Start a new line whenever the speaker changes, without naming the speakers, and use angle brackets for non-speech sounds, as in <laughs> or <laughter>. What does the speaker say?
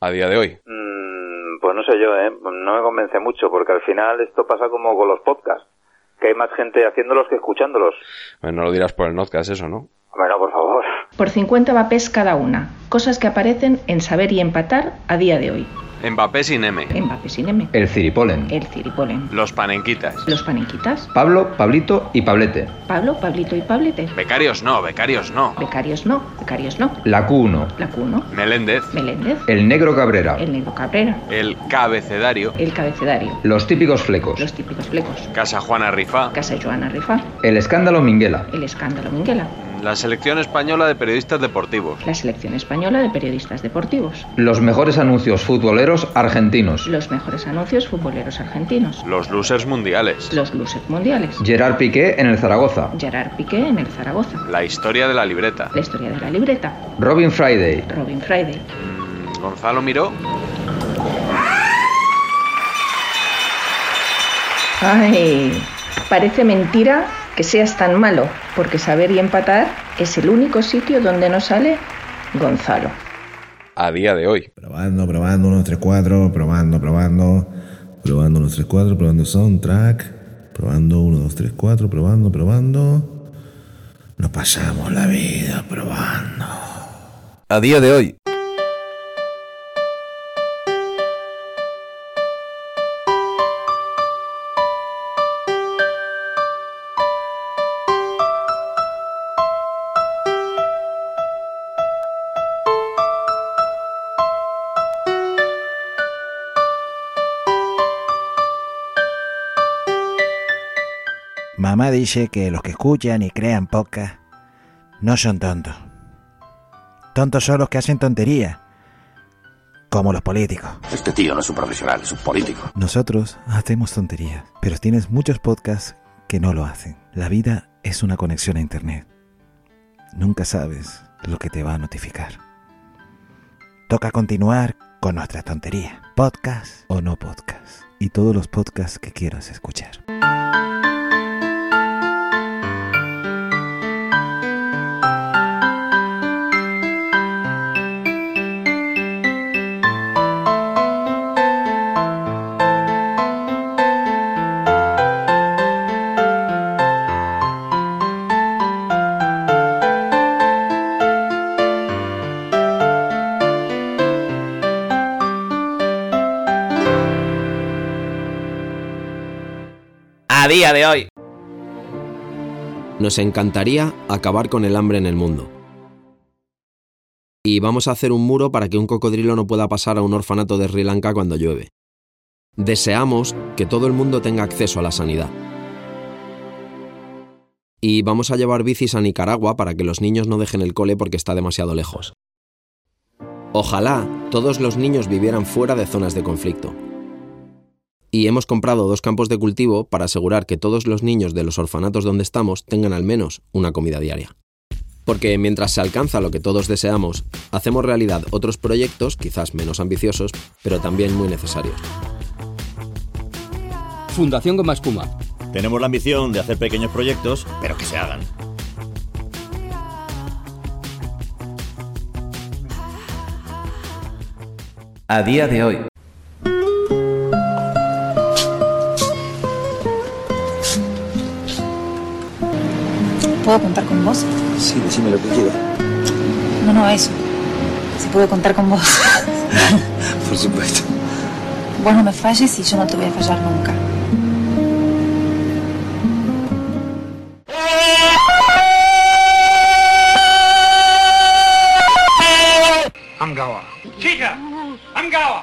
a día de hoy?
Mm, pues no sé yo, ¿eh? no me convence mucho, porque al final esto pasa como con los podcasts, que hay más gente haciéndolos que escuchándolos.
Bueno, no lo dirás por el podcast eso, ¿no?
Bueno, por favor.
Por 50 vapés cada una, cosas que aparecen en Saber y Empatar a día de hoy.
Mbappé sin M.
Mbappé sin M.
El Ciripolen.
El Ciripolen.
Los panenquitas.
Los panenquitas.
Pablo, Pablito y Pablete.
Pablo, Pablito y Pablete.
Becarios no, becarios no.
Becarios no, becarios no.
La Q1.
La Q1.
Meléndez.
Meléndez.
El Negro Cabrera.
El Negro Cabrera.
El cabecedario.
El cabecedario.
Los típicos flecos.
Los típicos flecos.
Casa Juana Rifá.
Casa Joana Rifá.
El escándalo Minguela.
El escándalo Minguela.
La selección española de periodistas deportivos.
La selección española de periodistas deportivos.
Los mejores anuncios futboleros argentinos.
Los mejores anuncios futboleros argentinos.
Los losers mundiales.
Los losers mundiales.
Gerard Piqué en el Zaragoza.
Gerard Piqué en el Zaragoza.
La historia de la libreta.
La historia de la libreta.
Robin Friday.
Robin Friday.
Mm, Gonzalo Miró.
Ay, parece mentira que seas tan malo, porque saber y empatar es el único sitio donde no sale Gonzalo.
A día de hoy.
Probando, probando, 1, 3, 4, probando, probando, probando, 1, 3, 4, probando soundtrack, probando, 1, 2, 3, 4, probando, probando. Nos pasamos la vida probando.
A día de hoy.
Mamá dice que los que escuchan y crean podcast no son tontos. Tontos son los que hacen tonterías, como los políticos.
Este tío no es un profesional, es un político.
Nosotros hacemos tonterías, pero tienes muchos podcasts que no lo hacen. La vida es una conexión a Internet. Nunca sabes lo que te va a notificar. Toca continuar con nuestra tontería, podcast o no podcast, y todos los podcasts que quieras escuchar.
día de hoy.
Nos encantaría acabar con el hambre en el mundo. Y vamos a hacer un muro para que un cocodrilo no pueda pasar a un orfanato de Sri Lanka cuando llueve. Deseamos que todo el mundo tenga acceso a la sanidad. Y vamos a llevar bicis a Nicaragua para que los niños no dejen el cole porque está demasiado lejos. Ojalá todos los niños vivieran fuera de zonas de conflicto, y hemos comprado dos campos de cultivo para asegurar que todos los niños de los orfanatos donde estamos tengan al menos una comida diaria. Porque mientras se alcanza lo que todos deseamos, hacemos realidad otros proyectos, quizás menos ambiciosos, pero también muy necesarios.
Fundación Goma Espuma.
Tenemos la ambición de hacer pequeños proyectos, pero que se hagan.
A día de hoy.
¿Puedo contar con vos?
Sí, decime lo que quieras.
No, no, eso. Si puedo contar con vos.
<laughs> Por supuesto.
Vos no me falles y yo no te voy a fallar nunca.
Angawa. Chica, Angawa.